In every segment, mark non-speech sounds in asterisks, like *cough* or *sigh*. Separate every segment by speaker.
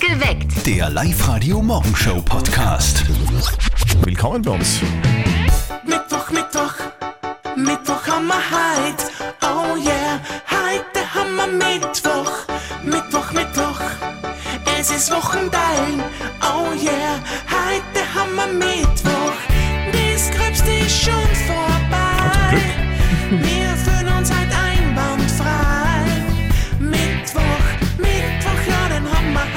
Speaker 1: Geweckt.
Speaker 2: Der Live-Radio-Morgenshow-Podcast.
Speaker 3: Willkommen bei uns.
Speaker 4: Mittwoch, Mittwoch, Mittwoch haben wir heut. Oh yeah, heute haben wir Mittwoch. Mittwoch, Mittwoch, es ist Wochendein. Oh yeah, heute haben wir Mittwoch. Das Gröbste ist schon vorbei. Wir fühlen uns halt einwandfrei. Mittwoch, Mittwoch, ja, den haben wir heut.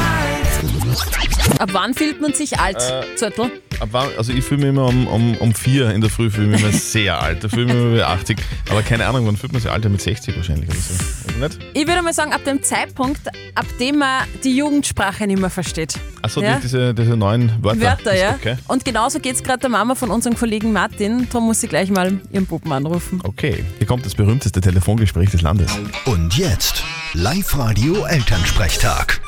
Speaker 5: Ab wann fühlt man sich alt,
Speaker 3: Äh.
Speaker 5: Zörtl?
Speaker 3: Ab wann, also ich fühle mich immer um, um, um vier in der Früh fühle ich mich immer sehr alt. Da fühle ich mich immer wie 80. Aber keine Ahnung, wann fühlt man sich alt? Ja, Mit 60 wahrscheinlich oder so. Oder nicht?
Speaker 5: Ich würde mal sagen, ab dem Zeitpunkt, ab dem man die Jugendsprache nicht mehr versteht.
Speaker 3: Achso,
Speaker 5: Ja.
Speaker 3: die, diese, diese neuen Wörter.
Speaker 5: Wörter,
Speaker 3: Ist
Speaker 5: ja.
Speaker 3: Okay.
Speaker 5: Und genauso geht es gerade der Mama von unserem Kollegen Martin. Darum muss sie gleich mal ihren Buben anrufen.
Speaker 3: Okay, hier kommt das berühmteste Telefongespräch des Landes.
Speaker 2: Und jetzt Live-Radio-Elternsprechtag.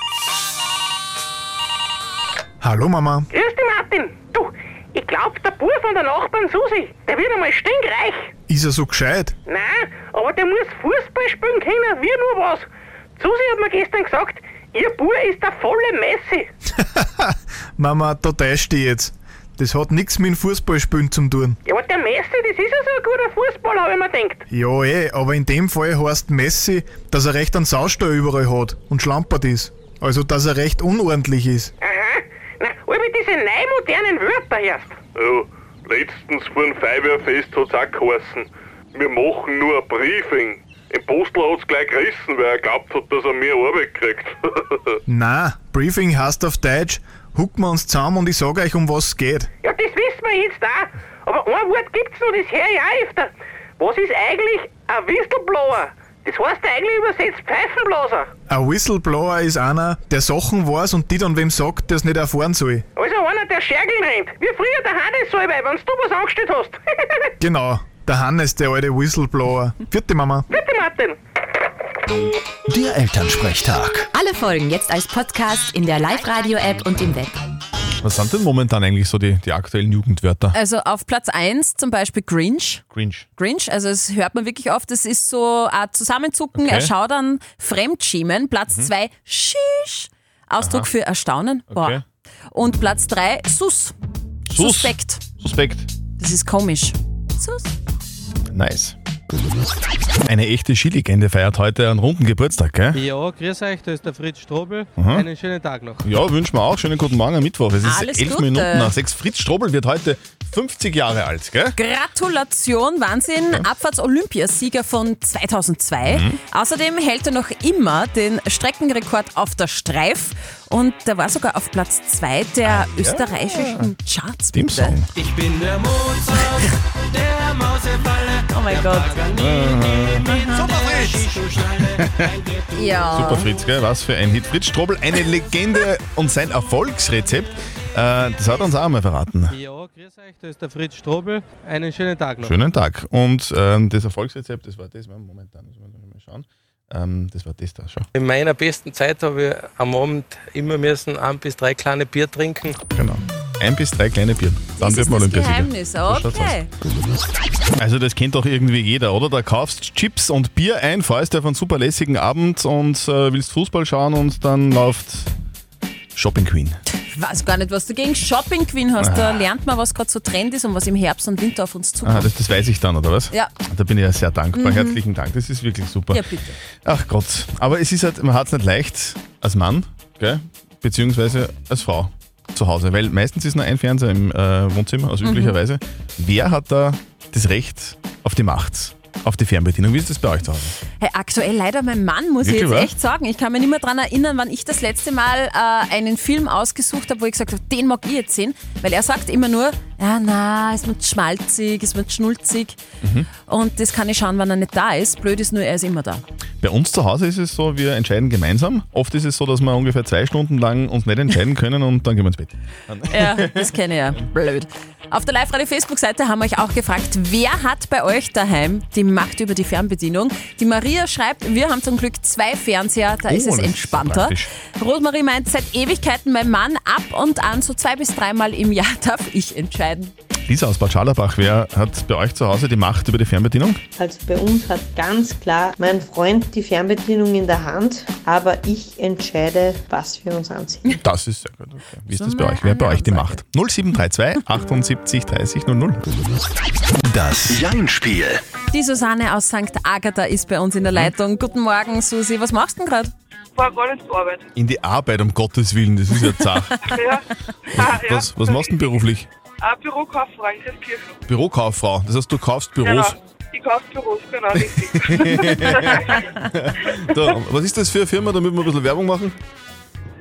Speaker 6: Hallo Mama.
Speaker 7: Grüß dich, Martin. Du, ich glaub, der Bub von der Nachbarn Susi, der wird einmal stinkreich.
Speaker 6: Ist er so gescheit?
Speaker 7: Nein, aber der muss Fußball spielen können, wie nur was. Susi hat mir gestern gesagt, ihr Bub ist der volle Messi.
Speaker 6: Mama, da täuscht dich jetzt. Das hat nix mit dem Fußballspielen zu tun.
Speaker 7: Ja, aber der Messi, das ist ja so ein guter Fußballer, hab ich mir gedacht.
Speaker 6: Ja, eh, aber in dem Fall heißt Messi, dass er recht einen Saustall überall hat und schlampert ist. Also, dass er recht unordentlich ist.
Speaker 7: Aha, na, all mit diese neu modernen Wörter erst.
Speaker 8: Ja, letztens vor dem Feuerwehrfest hat's auch geheißen, wir machen nur ein Briefing. Im Postler hat's gleich gerissen, weil er glaubt hat, dass er mehr Arbeit kriegt. *laughs*
Speaker 6: Na, Briefing heißt auf Deutsch, hucken wir uns zusammen und ich sag euch, um was es geht.
Speaker 7: Ja, das wissen wir jetzt auch. Aber ein Wort gibt's noch, das höre ich auch öfter. Was ist eigentlich ein Whistleblower? Das heißt ja eigentlich übersetzt Pfeifenblaser.
Speaker 6: Ein Whistleblower ist einer, der Sachen weiß und die dann wem sagt, der's nicht erfahren soll.
Speaker 7: Also einer, der Schergeln rennt. Wie früher der Hannes Salbei, wenn du was angestellt hast. *laughs*
Speaker 6: Genau, der Hannes, der alte Whistleblower. Vierte Mama.
Speaker 7: Bitte, Martin.
Speaker 2: Der Elternsprechtag.
Speaker 9: Alle Folgen jetzt als Podcast in der Live-Radio-App und im Web.
Speaker 3: Was sind denn momentan eigentlich so die, die aktuellen Jugendwörter?
Speaker 5: Also auf Platz 1 zum Beispiel Grinch.
Speaker 3: Grinch.
Speaker 5: Grinch, also es hört man wirklich oft, das ist so ein Zusammenzucken,
Speaker 3: Okay. Mhm.
Speaker 5: er schaut an Fremdschämen. Platz 2, Shish, Ausdruck für Erstaunen.
Speaker 3: Okay.
Speaker 5: Boah. Und Platz 3, Sus.
Speaker 3: Sus.
Speaker 5: Suspekt.
Speaker 3: Suspekt.
Speaker 5: Das ist komisch. Sus.
Speaker 3: Nice. Eine echte Skilegende feiert heute einen runden Geburtstag, gell?
Speaker 10: Ja, grüß euch, da ist der Fritz Strobel. Einen schönen Tag noch.
Speaker 3: Ja, wünschen wir auch. Schönen guten Morgen am Mittwoch. Es ist
Speaker 5: Alles
Speaker 3: elf
Speaker 5: Gute.
Speaker 3: Minuten nach sechs. Fritz Strobel wird heute 50 Jahre alt, gell?
Speaker 5: Gratulation, Wahnsinn. Abfahrts-Olympiasieger von 2002.
Speaker 3: Mhm.
Speaker 5: Außerdem hält er noch immer den Streckenrekord auf der Streif. Und der war sogar auf Platz 2 der
Speaker 3: Ah,
Speaker 5: österreichischen Charts.
Speaker 3: Dem
Speaker 5: bitte.
Speaker 3: Song.
Speaker 4: Ich bin der Mozart, der Mausefalle.
Speaker 5: *laughs* Oh mein Gott. Mhm.
Speaker 3: Super
Speaker 5: Ja.
Speaker 3: Fritz, gell? Was für ein Hit. Fritz Strobel, eine Legende und sein Erfolgsrezept. Äh, das hat er uns auch mal verraten.
Speaker 10: Ja, grüß euch, da ist der Fritz Strobel. Einen schönen Tag noch.
Speaker 3: Schönen Tag. Und ähm, das Erfolgsrezept, das war das, momentan, muss man mal schauen. Ähm, das war das da, schau.
Speaker 10: In meiner besten Zeit habe ich am Abend immer müssen ein bis drei kleine Bier trinken.
Speaker 3: Genau. Ein bis drei kleine Bier. Dann
Speaker 5: Das
Speaker 3: wird
Speaker 5: ist
Speaker 3: man
Speaker 5: das
Speaker 3: Olympiasieger.
Speaker 5: Geheimnis.
Speaker 3: So schaut's
Speaker 5: Okay.
Speaker 3: Also das kennt doch irgendwie jeder, oder? Da kaufst Chips und Bier ein, freust dir auf einen super lässigen Abend und äh, willst Fußball schauen und dann läuft Shopping Queen.
Speaker 5: Ich weiß gar nicht, was du gegen Shopping Queen hast. Da lernt man, was gerade so Trend ist und was im Herbst und Winter auf uns
Speaker 3: Ah,
Speaker 5: zukommt.
Speaker 3: das, das weiß ich dann, oder was?
Speaker 5: Ja. Mhm.
Speaker 3: Da bin ich ja sehr dankbar. Herzlichen Dank, das ist wirklich super.
Speaker 5: Ja, bitte.
Speaker 3: Ach Gott, aber es ist halt, man hat es nicht leicht als Mann, gell? beziehungsweise als Frau zu Hause, weil meistens ist nur ein Fernseher im äh, Wohnzimmer,
Speaker 5: Mhm.
Speaker 3: also üblicherweise. Wer hat da das Recht auf die Macht, auf die Fernbedienung? Wie ist das bei euch zu Hause?
Speaker 5: Hey, aktuell leider mein Mann, muss
Speaker 3: Wirklich,
Speaker 5: ich
Speaker 3: wa?
Speaker 5: jetzt echt sagen. Ich kann mich nicht mehr daran erinnern, wann ich das letzte Mal äh, einen Film ausgesucht habe, wo ich gesagt habe, den mag ich jetzt sehen. Weil er sagt immer nur, ja, na, es wird schmalzig, es wird schnulzig. Und das kann ich schauen, wann er nicht da ist. Blöd ist nur, er ist immer da.
Speaker 3: Bei uns zu Hause ist es so, wir entscheiden gemeinsam. Oft ist es so, dass wir ungefähr zwei Stunden lang uns nicht entscheiden können und dann gehen wir ins Bett.
Speaker 5: Ja, das kenne ich ja. Blöd. Auf der Live-Radio-Facebook-Seite haben wir euch auch gefragt, wer hat bei euch daheim die Macht über die Fernbedienung? Die Maria schreibt, wir haben zum Glück zwei Fernseher, da ist
Speaker 3: Oh,
Speaker 5: es
Speaker 3: das ist
Speaker 5: entspannter.
Speaker 3: praktisch.
Speaker 5: Rosmarie *laughs* meint, seit Ewigkeiten mein Mann ab und an so zwei bis dreimal im Jahr darf ich entscheiden.
Speaker 3: Lisa aus Bad Scharlabach, wer hat bei euch zu Hause die Macht über die Fernbedienung?
Speaker 4: Also bei uns hat ganz klar mein Freund die Fernbedienung in der Hand, aber ich entscheide, was wir uns anziehen.
Speaker 3: Das ist sehr gut. Okay. Wie ist das bei euch? Wer hat bei euch die Macht? 0732 78 30 00.
Speaker 2: Das Jein-Spiel.
Speaker 5: Die Susanne aus St. Agatha ist bei uns in der
Speaker 3: Mhm.
Speaker 5: Leitung. Guten Morgen, Susi. Was machst du denn gerade?
Speaker 7: fahre gar nicht zur Arbeit.
Speaker 3: In die Arbeit, um Gottes Willen, das ist ja zart.
Speaker 7: *laughs* Ja. Ah, ja.
Speaker 3: Was, was machst du denn beruflich?
Speaker 7: Ein Bürokauffrau in Kirchen.
Speaker 3: Bürokauffrau. Das heißt, du kaufst Büros.
Speaker 7: Genau. Ich kaufe Büros, genau,
Speaker 3: *laughs*
Speaker 7: richtig.
Speaker 3: Da, was ist das für eine Firma, damit wir ein bisschen Werbung machen?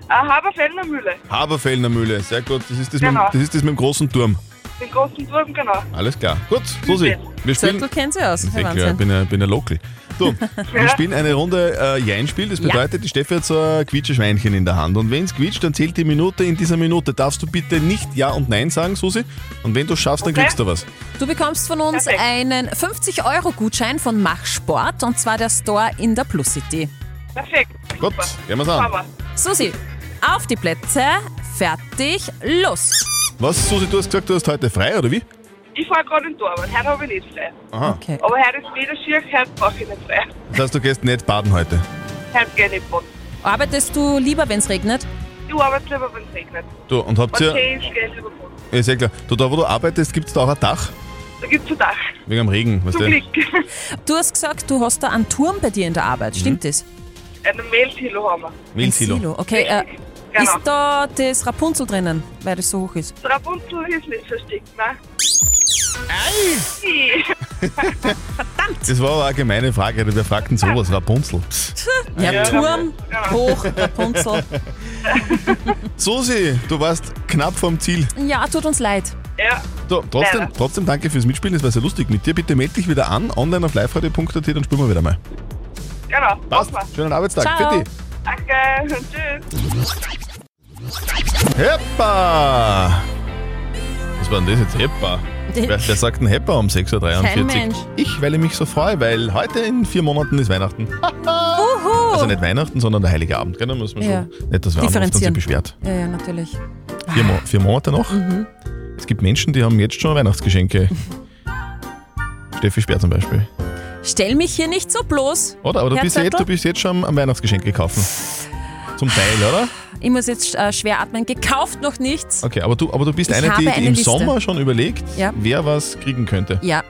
Speaker 7: Ein Haberfellner Mühle.
Speaker 3: Haberfellner Mühle. Sehr gut. Das ist das, mit,
Speaker 7: Genau.
Speaker 3: dem- das ist das mit dem großen Turm.
Speaker 7: Den großen Turm, genau.
Speaker 3: Alles klar. Gut, Susi. Wir spielen.
Speaker 5: Zöttl kennt sie aus.
Speaker 3: Ich
Speaker 5: Herr
Speaker 3: denke, ja, ich
Speaker 5: Wahnsinn.
Speaker 3: bin ja, bin ja local.
Speaker 5: *laughs*
Speaker 3: So, wir spielen eine Runde äh, Jein-Spiel. Das
Speaker 5: Ja.
Speaker 3: bedeutet, die Steffi hat so ein Quietscheschweinchen in der Hand. Und wenn es quietscht, dann zählt die Minute. In dieser Minute darfst du bitte nicht Ja und Nein sagen, Susi. Und wenn du schaffst, dann
Speaker 7: Okay.
Speaker 3: kriegst du was.
Speaker 5: Du bekommst von uns
Speaker 7: Perfekt.
Speaker 5: einen 50-Euro-Gutschein von Mach Sport und zwar der Store in der Plus City.
Speaker 7: Perfekt.
Speaker 3: Gut,
Speaker 7: Super.
Speaker 3: gehen wir's an.
Speaker 7: Hammer.
Speaker 5: Susi, auf die Plätze, fertig, los.
Speaker 3: Was, Susi, du hast gesagt, du hast heute frei, oder wie?
Speaker 7: Ich fahre gerade in die Arbeit. Heute habe ich nicht frei.
Speaker 3: Aha.
Speaker 5: Okay.
Speaker 7: Aber heute ist wieder schier, heute brauche ich nicht frei.
Speaker 3: Das heißt, du gehst nicht baden heute.
Speaker 7: Heute gehe ich nicht baden.
Speaker 5: Arbeitest du lieber, wenn es regnet?
Speaker 7: Ich arbeite lieber, wenn es regnet.
Speaker 3: Du, und habt
Speaker 7: Wenn
Speaker 3: ihr.
Speaker 7: es schön ist, gehe ich lieber baden.
Speaker 3: Ja, sehr klar. Du, da wo du arbeitest, gibt es da auch ein Dach?
Speaker 7: Da gibt es ein Dach.
Speaker 3: Wegen dem Regen, weißt
Speaker 7: Zum
Speaker 3: du?
Speaker 7: Glück. *laughs*
Speaker 5: Du hast gesagt, du hast da einen Turm bei dir in der Arbeit, stimmt
Speaker 3: Mhm.
Speaker 5: das?
Speaker 7: Einen Mehlsilo haben wir.
Speaker 5: Ein
Speaker 3: Milchsilo.
Speaker 5: Okay, äh,
Speaker 7: Genau.
Speaker 5: ist da das Rapunzel drinnen, weil das so hoch ist?
Speaker 7: Der Rapunzel ist nicht ne? versteckt, nein. Ei!
Speaker 3: Das war aber eine gemeine Frage. Wir fragten sowas, Rapunzel.
Speaker 5: Ja, Turm,
Speaker 7: Ja.
Speaker 5: hoch, Rapunzel.
Speaker 3: Susi, du warst knapp vom Ziel.
Speaker 5: Ja, tut uns leid.
Speaker 7: Ja,
Speaker 3: So, trotzdem,
Speaker 7: Leider.
Speaker 3: trotzdem danke fürs Mitspielen, das war sehr lustig mit dir. Bitte melde dich wieder an, online auf liveradio.at, dann spielen wir wieder mal.
Speaker 7: genau.
Speaker 3: Passt,
Speaker 7: Machen wir.
Speaker 3: schönen Arbeitstag.
Speaker 5: Ciao.
Speaker 3: Bitte.
Speaker 7: Danke, *laughs* tschüss.
Speaker 3: Heppa! Was war denn das jetzt? Heppa? Wer, wer sagt denn Heppa um 6.43
Speaker 5: Kein
Speaker 3: Uhr?
Speaker 5: Mensch.
Speaker 3: Ich, weil ich mich so freue, weil heute in vier Monaten ist Weihnachten.
Speaker 5: Uhu.
Speaker 3: Also nicht Weihnachten, sondern der Heilige Abend, gell? Da muss man schon
Speaker 5: Ja.
Speaker 3: nicht, dass wer anruft und sich
Speaker 5: Differenzieren.
Speaker 3: beschwert.
Speaker 5: ja, ja, natürlich.
Speaker 3: Vier, Mo vier Monate noch.
Speaker 5: Mhm.
Speaker 3: Es gibt Menschen, die haben jetzt
Speaker 5: *laughs*
Speaker 3: schon Weihnachtsgeschenke. Steffi Speer zum Beispiel.
Speaker 5: Stell mich hier nicht so bloß.
Speaker 3: Oder? Aber du bist, ja jetzt,
Speaker 5: Herzöttl.
Speaker 3: du bist jetzt schon am- am Weihnachtsgeschenke kaufen. Zum Teil, oder?
Speaker 5: Ich muss jetzt äh, schwer atmen. Gekauft noch nichts.
Speaker 3: Okay, aber du, aber du bist
Speaker 5: Ich
Speaker 3: eine, die,
Speaker 5: habe
Speaker 3: die
Speaker 5: eine
Speaker 3: im
Speaker 5: Liste.
Speaker 3: Sommer schon überlegt,
Speaker 5: Ja.
Speaker 3: wer was kriegen könnte.
Speaker 5: Ja,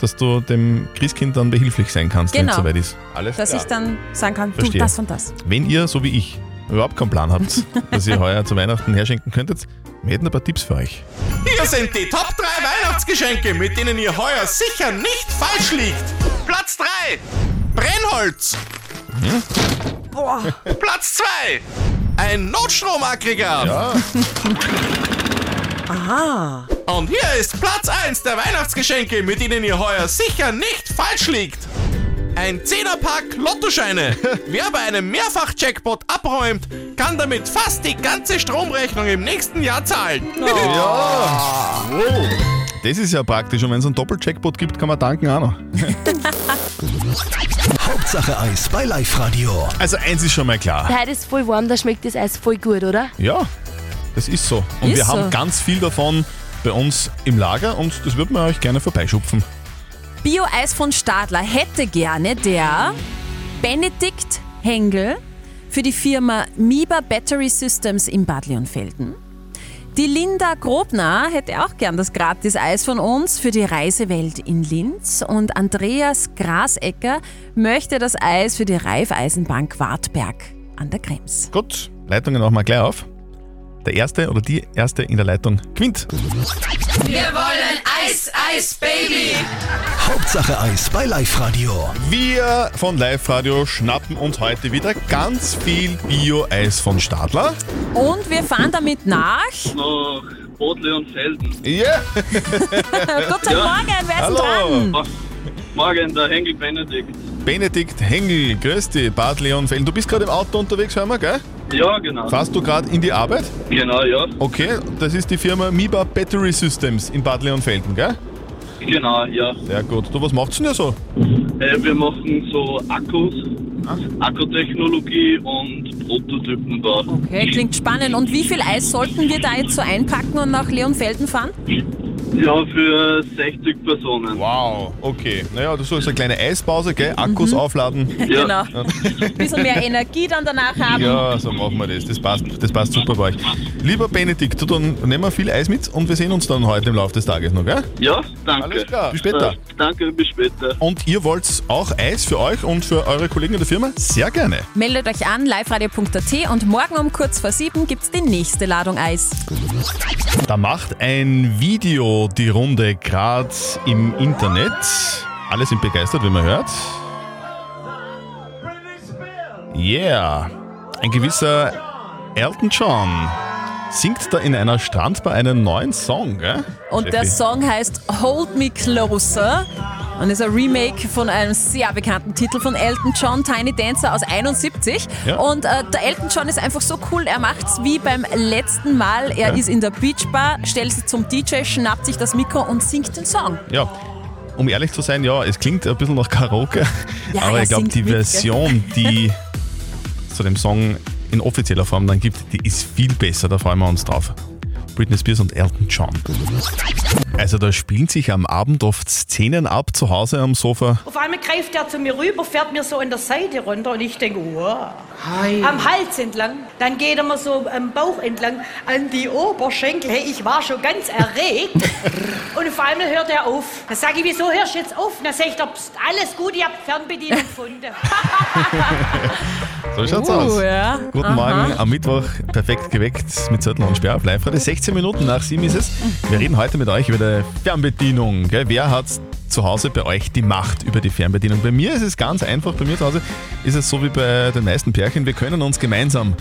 Speaker 3: Dass du dem Christkind dann behilflich sein kannst, wenn es
Speaker 5: Genau.
Speaker 3: soweit ist. Alles
Speaker 5: dass ich dann sagen kann, du,
Speaker 3: Verstehe.
Speaker 5: das und das.
Speaker 3: Wenn ihr, so wie ich, überhaupt keinen
Speaker 5: *laughs*
Speaker 3: Plan habt, was ihr heuer zu Weihnachten herschenken könntet, wir hätten ein paar Tipps für euch.
Speaker 6: Hier sind die Top 3 Weihnachtsgeschenke, mit denen ihr heuer sicher nicht falsch liegt. Platz 3. Brennholz.
Speaker 3: Hm?
Speaker 6: Boah. Platz 2. Ein Notstromaggregat.
Speaker 3: Ja.
Speaker 6: Und hier ist Platz 1 der Weihnachtsgeschenke, mit denen ihr heuer sicher nicht falsch liegt. Ein 10er-Pack Lottoscheine. Wer bei einem Mehrfach-Jackpot abräumt, kann damit fast die ganze Stromrechnung im nächsten Jahr zahlen.
Speaker 3: Das ist ja praktisch. Und wenn es einen Doppelcheckpot gibt, kann man danken auch noch.
Speaker 2: Hauptsache Eis bei Live-Radio.
Speaker 3: Also eins ist schon mal klar.
Speaker 11: Heute ist voll warm, da schmeckt das Eis voll gut, oder?
Speaker 3: Ja, das ist so. Und
Speaker 5: Ist
Speaker 3: wir haben
Speaker 5: so.
Speaker 3: ganz viel davon bei uns im Lager und das würden wir euch gerne vorbeischupfen.
Speaker 5: Bio-Eis von Stadler hätte gerne der Benedikt Hengel für die Firma Miba Battery Systems in Bad Leonfelden. Die Linda Grobner hätte auch gern das Gratis-Eis von uns für die Reisewelt in Linz. Und Andreas Grasecker möchte das Eis für die Raiffeisenbank Wartberg an der Krems.
Speaker 3: Gut, Leitungen machen wir gleich auf. Der erste oder die erste in der Leitung gewinnt.
Speaker 2: Hauptsache Eis bei Live-Radio.
Speaker 3: Wir von Live Radio schnappen uns heute wieder ganz viel Bio-Eis von Stadler.
Speaker 5: Und wir fahren damit nach.
Speaker 12: nach Bad Leonfelden.
Speaker 3: Ja,
Speaker 5: Guten Morgen, wer ist denn
Speaker 3: Hallo.
Speaker 5: dran?
Speaker 12: Ach, Morgen, der Hengel Benedikt.
Speaker 3: Benedikt Hengel, grüß dich, Bad Leonfelden. Du bist gerade im Auto unterwegs, hör mal, gell?
Speaker 12: Ja, genau.
Speaker 3: Fahrst du gerade in die Arbeit?
Speaker 12: Genau, ja.
Speaker 3: Okay, das ist die Firma Miba Battery Systems in Bad Leonfelden, gell?
Speaker 12: Genau, ja.
Speaker 3: Sehr gut. Du, was macht's denn ja so?
Speaker 12: Äh, wir machen so Akkus, Akkutechnologie und Prototypenbau.
Speaker 5: Okay, klingt spannend. Und wie viel Eis sollten wir da jetzt so einpacken und nach Leonfelden fahren?
Speaker 13: Ja, für 60 Personen.
Speaker 3: Wow, okay. Naja, das ist so eine kleine Eispause, gell? Akkus aufladen.
Speaker 5: Genau. Ein bisschen mehr Energie dann danach haben.
Speaker 3: Ja, so machen wir das. Das passt, das passt super bei euch. Lieber Benedikt, du, dann nehmen wir viel Eis mit und wir sehen uns dann heute im Laufe des Tages noch, gell?
Speaker 13: Ja, danke.
Speaker 3: Alles klar, bis später.
Speaker 13: Äh, danke, bis später.
Speaker 3: Und ihr wollt auch Eis für euch und für eure Kollegen in der Firma? Sehr gerne.
Speaker 5: Meldet euch an, liveradio.at und morgen um kurz vor sieben gibt's die nächste Ladung Eis.
Speaker 3: Da macht ein Video die Runde gerade im Internet. Alle sind begeistert, wie man hört. Yeah. Ein gewisser Elton John singt da in einer Strandbar einen neuen Song, gell?
Speaker 5: Und der
Speaker 3: Steffi?
Speaker 5: Song heißt Hold Me Closer und ist ein Remake von einem sehr bekannten Titel von Elton John, Tiny Dancer aus 71.
Speaker 14: Ja.
Speaker 5: Und äh, der Elton John ist einfach so cool, er macht's wie beim letzten Mal. Er
Speaker 3: Ja.
Speaker 5: ist in der Beachbar, stellt sich zum DJ, schnappt sich das Mikro und singt den Song.
Speaker 3: Ja. Um ehrlich zu sein, ja, es klingt ein bisschen nach Karaoke,
Speaker 5: Ja,
Speaker 3: aber
Speaker 5: er
Speaker 3: ich glaube,
Speaker 5: singt
Speaker 3: die
Speaker 5: mit, gell?
Speaker 3: Version,
Speaker 5: *laughs*
Speaker 3: die zu dem Song in offizieller Form dann gibt, die ist viel besser, da freuen wir uns drauf. Britney Spears und Elton John. Also da spielen sich am Abend oft Szenen ab zu Hause am Sofa.
Speaker 12: Auf einmal greift er zu mir rüber, fährt mir so an der Seite runter und ich denke, wow. Am Hals entlang. Dann geht er mir so am Bauch entlang, an die Oberschenkel. Hey, ich war schon ganz erregt. und auf einmal hört er auf. Da sage ich, wieso hörst du jetzt auf? Dann sagt er, "Psst, alles gut, ich hab Fernbedienung gefunden.
Speaker 3: So schaut's
Speaker 5: Uh,
Speaker 3: aus.
Speaker 5: ja.
Speaker 3: Guten
Speaker 5: Aha.
Speaker 3: Morgen am Mittwoch, perfekt geweckt mit Zettel und Sperr auf live -Radio. 16 Minuten nach 7 ist es. Wir reden heute mit euch über die Fernbedienung. Gell? Wer hat zu Hause bei euch die Macht über die Fernbedienung? Bei mir ist es ganz einfach. Bei mir zu Hause ist es so wie bei den meisten Pärchen. Wir können uns gemeinsam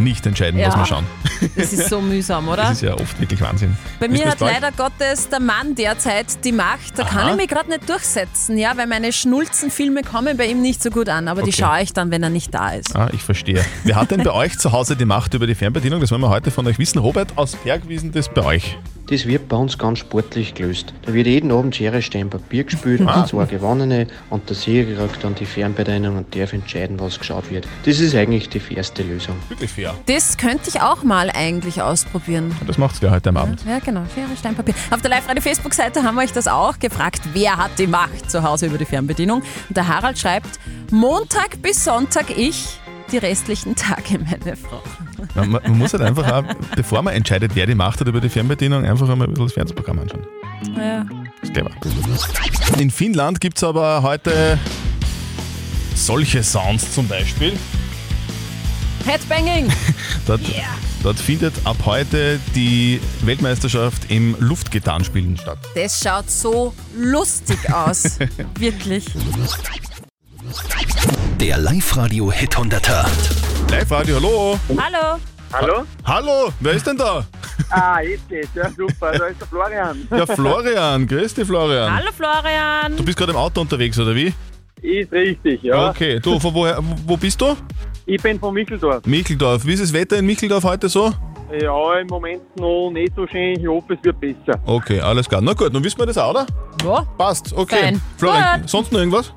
Speaker 3: nicht entscheiden, was
Speaker 5: Ja.
Speaker 3: wir schauen.
Speaker 5: Das ist so mühsam, oder?
Speaker 3: Das ist ja oft wirklich Wahnsinn.
Speaker 5: Bei
Speaker 3: Ist
Speaker 5: mir
Speaker 3: das
Speaker 5: hat
Speaker 3: euch?
Speaker 5: leider Gottes der Mann derzeit die Macht. Da kann
Speaker 3: Aha.
Speaker 5: ich mich gerade nicht durchsetzen, ja, weil meine Schnulzenfilme kommen bei ihm nicht so gut an, aber die
Speaker 3: Okay.
Speaker 5: schaue ich dann, wenn er nicht da ist.
Speaker 3: Ah, ich verstehe. Wer hat denn bei euch zu Hause die Macht über die Fernbedienung? Das wollen wir heute von euch wissen. Robert aus Berg, wie ist denn das bei euch?
Speaker 15: Das wird bei uns ganz sportlich gelöst. Da wird jeden Abend Schere, Stein, Papier gespielt,
Speaker 3: Ah.
Speaker 15: zwei Gewonnene und der Sieger kriegt dann die Fernbedienung und darf entscheiden, was geschaut wird. Das ist eigentlich die fairste Lösung.
Speaker 3: Wirklich fair.
Speaker 5: Das könnte ich auch mal eigentlich ausprobieren.
Speaker 3: Das macht's wer heute am Abend.
Speaker 5: Ja, genau. Schere, Stein, Papier. Auf der Live-Radio-Facebook-Seite haben wir euch das auch gefragt. Wer hat die Macht zu Hause über die Fernbedienung? Und der Harald schreibt: Montag bis Sonntag ich, die restlichen Tage meine Frau.
Speaker 3: Man, man man muss halt einfach auch, bevor man entscheidet, wer die Macht hat über die Fernbedienung, einfach einmal ein bisschen das Fernsehprogramm anschauen.
Speaker 5: Ja.
Speaker 3: Ist clever. In Finnland gibt es aber heute solche Sounds zum Beispiel.
Speaker 5: Headbanging!
Speaker 3: Dort, dort findet ab heute die Weltmeisterschaft im Luftgitarrenspielen statt.
Speaker 5: Das schaut so lustig
Speaker 3: *laughs*
Speaker 5: aus. Wirklich.
Speaker 2: Der Live-Radio Hit 100er.
Speaker 3: Live Radio, hallo!
Speaker 5: Hallo!
Speaker 3: Hallo? Hallo, wer ist denn da?
Speaker 16: Ah, jetzt geht's. Ja, super. Da ist der Florian.
Speaker 3: Ja, Florian, grüß dich Florian.
Speaker 5: Florian!
Speaker 3: Du bist gerade im Auto unterwegs, oder wie?
Speaker 16: Ist richtig, ja.
Speaker 3: Okay, du, von woher, wo bist du?
Speaker 16: Ich bin von Mickeldorf.
Speaker 3: Micheldorf. Wie ist das Wetter in Micheldorf heute so?
Speaker 16: Ja, im Moment noch nicht so schön. Ich hoffe, es wird besser.
Speaker 3: Okay, alles klar. Na gut, dann wissen wir das auch, oder?
Speaker 5: Ja.
Speaker 3: Passt, okay. Florian, sonst noch irgendwas?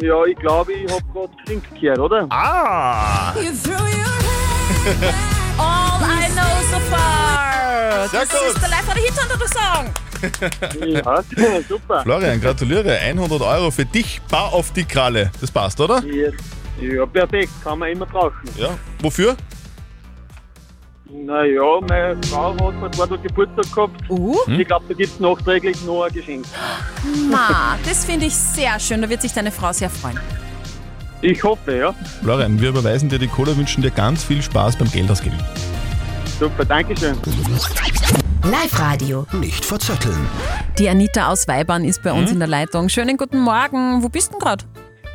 Speaker 16: Ja, ich glaube, ich habe gerade Klink gehört, oder?
Speaker 3: Ah!
Speaker 5: *laughs* All I know so far.
Speaker 3: Sehr
Speaker 5: Äh, das
Speaker 3: gut.
Speaker 5: ist der live radio hit unter song
Speaker 16: Ja, *laughs* super.
Speaker 3: Florian, gratuliere. 100 Euro für dich, bar auf die Kralle. Das passt, oder?
Speaker 16: Ja, ja, perfekt. Kann man immer brauchen.
Speaker 3: Ja. Wofür?
Speaker 16: Naja, meine Frau hat vor zwei Tagen Geburtstag gehabt.
Speaker 3: Hm?
Speaker 16: Ich glaube, da gibt es nachträglich noch ein Geschenk.
Speaker 5: Ma, das finde ich sehr schön. Da wird sich deine Frau sehr freuen.
Speaker 16: Ich hoffe, ja.
Speaker 3: Florian, wir überweisen dir die Kohle, wünschen dir ganz viel Spaß beim Geld ausgeben.
Speaker 16: Super, Dankeschön.
Speaker 9: Live Radio.
Speaker 2: Nicht verzetteln.
Speaker 5: Die Anita aus Weibern ist bei uns
Speaker 3: Hm?
Speaker 5: in der Leitung. Schönen guten Morgen. Wo bist du gerade?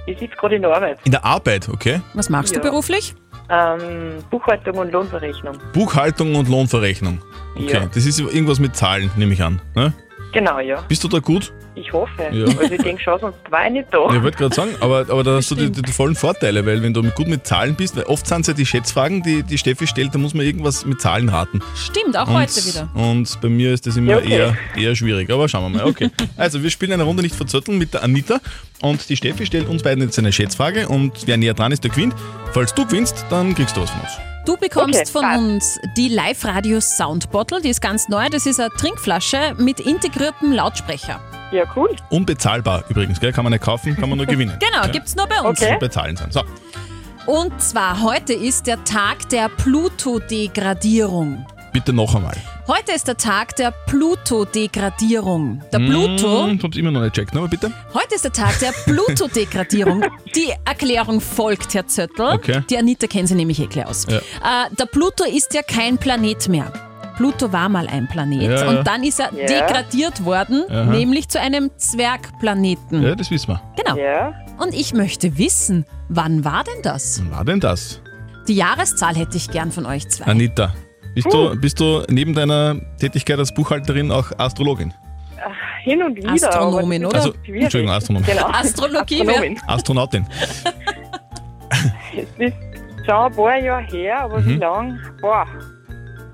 Speaker 17: Ich sitze gerade in der Arbeit.
Speaker 3: In der Arbeit, okay?
Speaker 5: Was machst
Speaker 17: Ja.
Speaker 5: du beruflich?
Speaker 17: Ähm, Buchhaltung und Lohnverrechnung.
Speaker 3: Buchhaltung und Lohnverrechnung. Okay,
Speaker 17: Ja.
Speaker 3: das ist irgendwas mit Zahlen, nehme ich an. Ne?
Speaker 17: Genau, ja.
Speaker 3: Bist du da gut?
Speaker 17: Ich hoffe.
Speaker 3: Ja.
Speaker 17: Also ich denke schon, sonst war ich nicht da.
Speaker 3: Ich wollte gerade sagen, aber, aber da hast du die, die, die vollen Vorteile, weil wenn du gut mit Zahlen bist, weil oft sind es ja die Schätzfragen, die die Steffi stellt, da muss man irgendwas mit Zahlen raten.
Speaker 5: Stimmt, auch
Speaker 3: und,
Speaker 5: heute wieder.
Speaker 3: Und bei mir ist das immer
Speaker 5: Ja, okay.
Speaker 3: eher, eher schwierig, aber schauen wir mal.
Speaker 5: *laughs*
Speaker 3: Okay. Also, wir spielen eine Runde nicht verzötteln mit der Anita und die Steffi stellt uns beiden jetzt eine Schätzfrage und wer näher dran ist, der gewinnt. Falls du gewinnst, dann kriegst du was von uns.
Speaker 5: Du bekommst
Speaker 17: Okay,
Speaker 5: von
Speaker 17: passt.
Speaker 5: uns die Live-Radio Sound Bottle, die ist ganz neu. Das ist eine Trinkflasche mit integriertem Lautsprecher.
Speaker 17: Ja, cool.
Speaker 3: Unbezahlbar übrigens, gell? kann man nicht kaufen, kann man nur gewinnen.
Speaker 5: *laughs* Genau,
Speaker 3: Ja.
Speaker 5: gibt's nur bei uns.
Speaker 3: Zum Bezahlen sein. So,
Speaker 5: Und zwar heute ist der Tag der Pluto-Degradierung.
Speaker 3: bitte noch einmal.
Speaker 5: Heute ist der Tag der Pluto-Degradierung. Der Pluto.
Speaker 3: Hm, hab's immer noch nicht checkt, aber bitte.
Speaker 5: Heute ist der Tag der
Speaker 3: *laughs*
Speaker 5: Pluto-Degradierung. Die Erklärung folgt, Herr Zöttl.
Speaker 3: Okay.
Speaker 5: Die Anita kennen Sie nämlich eh gleich aus.
Speaker 3: Ja.
Speaker 5: Äh, der Pluto ist ja kein Planet mehr. Pluto war mal ein Planet
Speaker 3: Ja, ja.
Speaker 5: und dann ist er
Speaker 3: Ja.
Speaker 5: degradiert worden,
Speaker 3: Aha.
Speaker 5: nämlich zu einem Zwergplaneten.
Speaker 3: Ja, das wissen wir.
Speaker 5: Genau. Und ich möchte wissen, wann war denn das?
Speaker 3: Wann war denn das?
Speaker 5: Die Jahreszahl hätte ich gern von euch zwei.
Speaker 3: Anita, bist, du, bist du neben deiner Tätigkeit als Buchhalterin auch Astrologin?
Speaker 17: Hin und wieder.
Speaker 5: Astronomin,
Speaker 17: aber das ist
Speaker 3: Also,
Speaker 17: schwierig.
Speaker 3: Entschuldigung, Astronomin.
Speaker 17: Genau.
Speaker 5: Astrologie,
Speaker 17: Astronomin.
Speaker 3: Astronautin.
Speaker 17: Es ist schon ein paar Jahre her, aber wie
Speaker 3: Mhm.
Speaker 17: lang? Boah,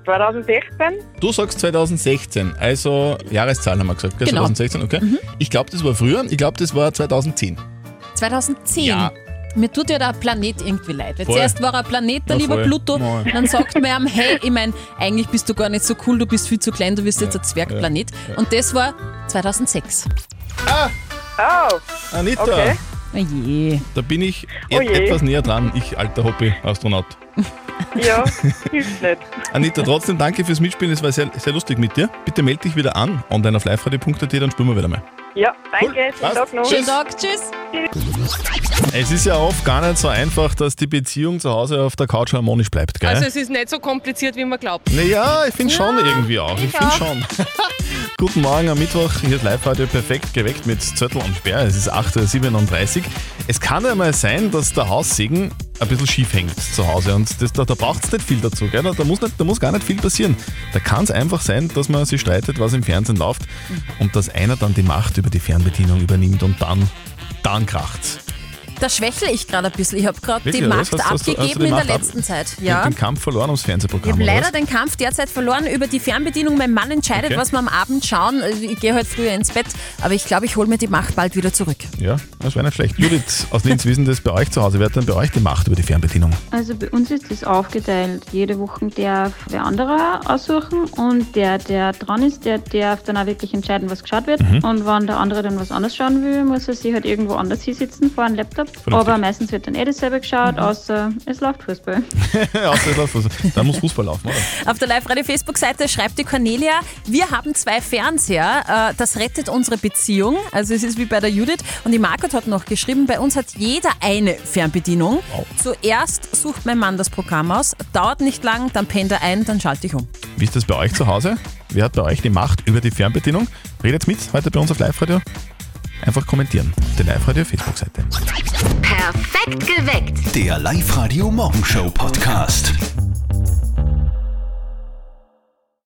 Speaker 17: 2016?
Speaker 3: Du sagst 2016, also Jahreszahl haben wir gesagt, gell?
Speaker 5: Genau.
Speaker 3: 2016, okay. Ich glaube, das war früher, ich glaube, das war 2010.
Speaker 5: 2010.
Speaker 3: Ja.
Speaker 5: Mir tut ja der Planet irgendwie leid. Weil
Speaker 3: Voll.
Speaker 5: Zuerst war er ein Planet, der
Speaker 3: Ja,
Speaker 5: lieber
Speaker 3: voll.
Speaker 5: Pluto.
Speaker 3: Moin. *laughs*
Speaker 5: Dann sagt man ihm, hey, ich meine, eigentlich bist du gar nicht so cool, du bist viel zu klein, du bist jetzt ein Zwergplanet.
Speaker 3: ja.
Speaker 5: Und das war 2006.
Speaker 17: Oh,
Speaker 3: Anita,
Speaker 17: okay.
Speaker 5: Oje.
Speaker 3: da bin ich
Speaker 17: Oh
Speaker 3: et-
Speaker 17: je.
Speaker 3: etwas näher dran, ich alter Hobby-Astronaut. *laughs*
Speaker 17: Ja, hilft nicht.
Speaker 3: Anita, trotzdem danke fürs Mitspielen, es war sehr, sehr lustig mit dir. Bitte melde dich wieder an, online auf liveradio.at, dann spielen wir wieder mal.
Speaker 17: Ja, danke. Schönen
Speaker 3: passt.
Speaker 17: Tag noch.
Speaker 5: Schönen Tag, tschüss.
Speaker 3: Es ist ja oft gar nicht so einfach, dass die Beziehung zu Hause auf der Couch harmonisch bleibt, gell?
Speaker 14: Also es ist nicht so kompliziert, wie man glaubt.
Speaker 3: naja, ich finde schon irgendwie auch. Ich finde
Speaker 14: auch.
Speaker 3: schon. *laughs* Guten Morgen am Mittwoch. Hier ist Live-Radio perfekt geweckt mit Zettel und Sperr. Es ist 8.37 Uhr. Es kann ja mal sein, dass der Haussegen ein bisschen schief hängt zu Hause. Und das, da, da braucht es nicht viel dazu. Gell? Da, muss nicht, da muss gar nicht viel passieren. Da kann es einfach sein, dass man sich streitet, was im Fernsehen läuft. Und dass einer dann die Macht über die Fernbedienung übernimmt und dann, dann kracht's.
Speaker 5: Da schwächle ich gerade ein bisschen. Ich habe gerade die
Speaker 3: Wirklich, oder was?
Speaker 5: Macht
Speaker 3: Hast du- hast du-
Speaker 5: abgegeben
Speaker 3: hast du die
Speaker 5: in
Speaker 3: Macht
Speaker 5: der
Speaker 3: ab-
Speaker 5: letzten Zeit.
Speaker 3: Ich
Speaker 5: Ja.
Speaker 3: hab den Kampf verloren ums
Speaker 5: Ich
Speaker 3: Fernsehprogramm.
Speaker 5: habe
Speaker 3: oder
Speaker 5: leider
Speaker 3: was?
Speaker 5: den Kampf derzeit verloren über die Fernbedienung. Mein Mann entscheidet,
Speaker 3: Okay.
Speaker 5: was wir am Abend schauen. Also Ich gehe heute früher ins Bett, aber ich glaube, ich hole mir die Macht bald wieder zurück.
Speaker 3: Ja, das wäre nicht schlecht. Judith aus Linz, wissen das bei euch zu Hause? Wer hat denn bei euch die Macht über die Fernbedienung?
Speaker 18: Also bei uns ist es aufgeteilt. Jede Woche darf wer anderer aussuchen und der, der dran ist, der darf dann auch wirklich entscheiden, was geschaut wird.
Speaker 19: Mhm.
Speaker 18: Und wenn der andere dann was anderes schauen will, muss er sich halt irgendwo anders hinsitzen vor einem Laptop.
Speaker 3: Vernünftig.
Speaker 18: Aber meistens wird dann eh dasselbe geschaut, außer es läuft Fußball.
Speaker 3: Außer das, was- da muss Fußball laufen, oder?
Speaker 5: Auf der Live-Radio-Facebook-Seite schreibt die Cornelia, wir haben zwei Fernseher, äh, das rettet unsere Beziehung. Also es ist wie bei der Judith. Und die Margot hat noch geschrieben, bei uns hat jeder eine Fernbedienung. Zuerst sucht mein Mann das Programm aus, dauert nicht lang, dann pennt er ein, dann schalte ich um.
Speaker 3: Wie ist das bei euch zu Hause? Wer hat bei euch die Macht über die Fernbedienung? Redet mit heute bei uns auf Live-Radio. Einfach kommentieren. Auf der Live-Radio-Facebook-Seite.
Speaker 9: Perfekt geweckt.
Speaker 2: Der Live-Radio Morgenshow Podcast.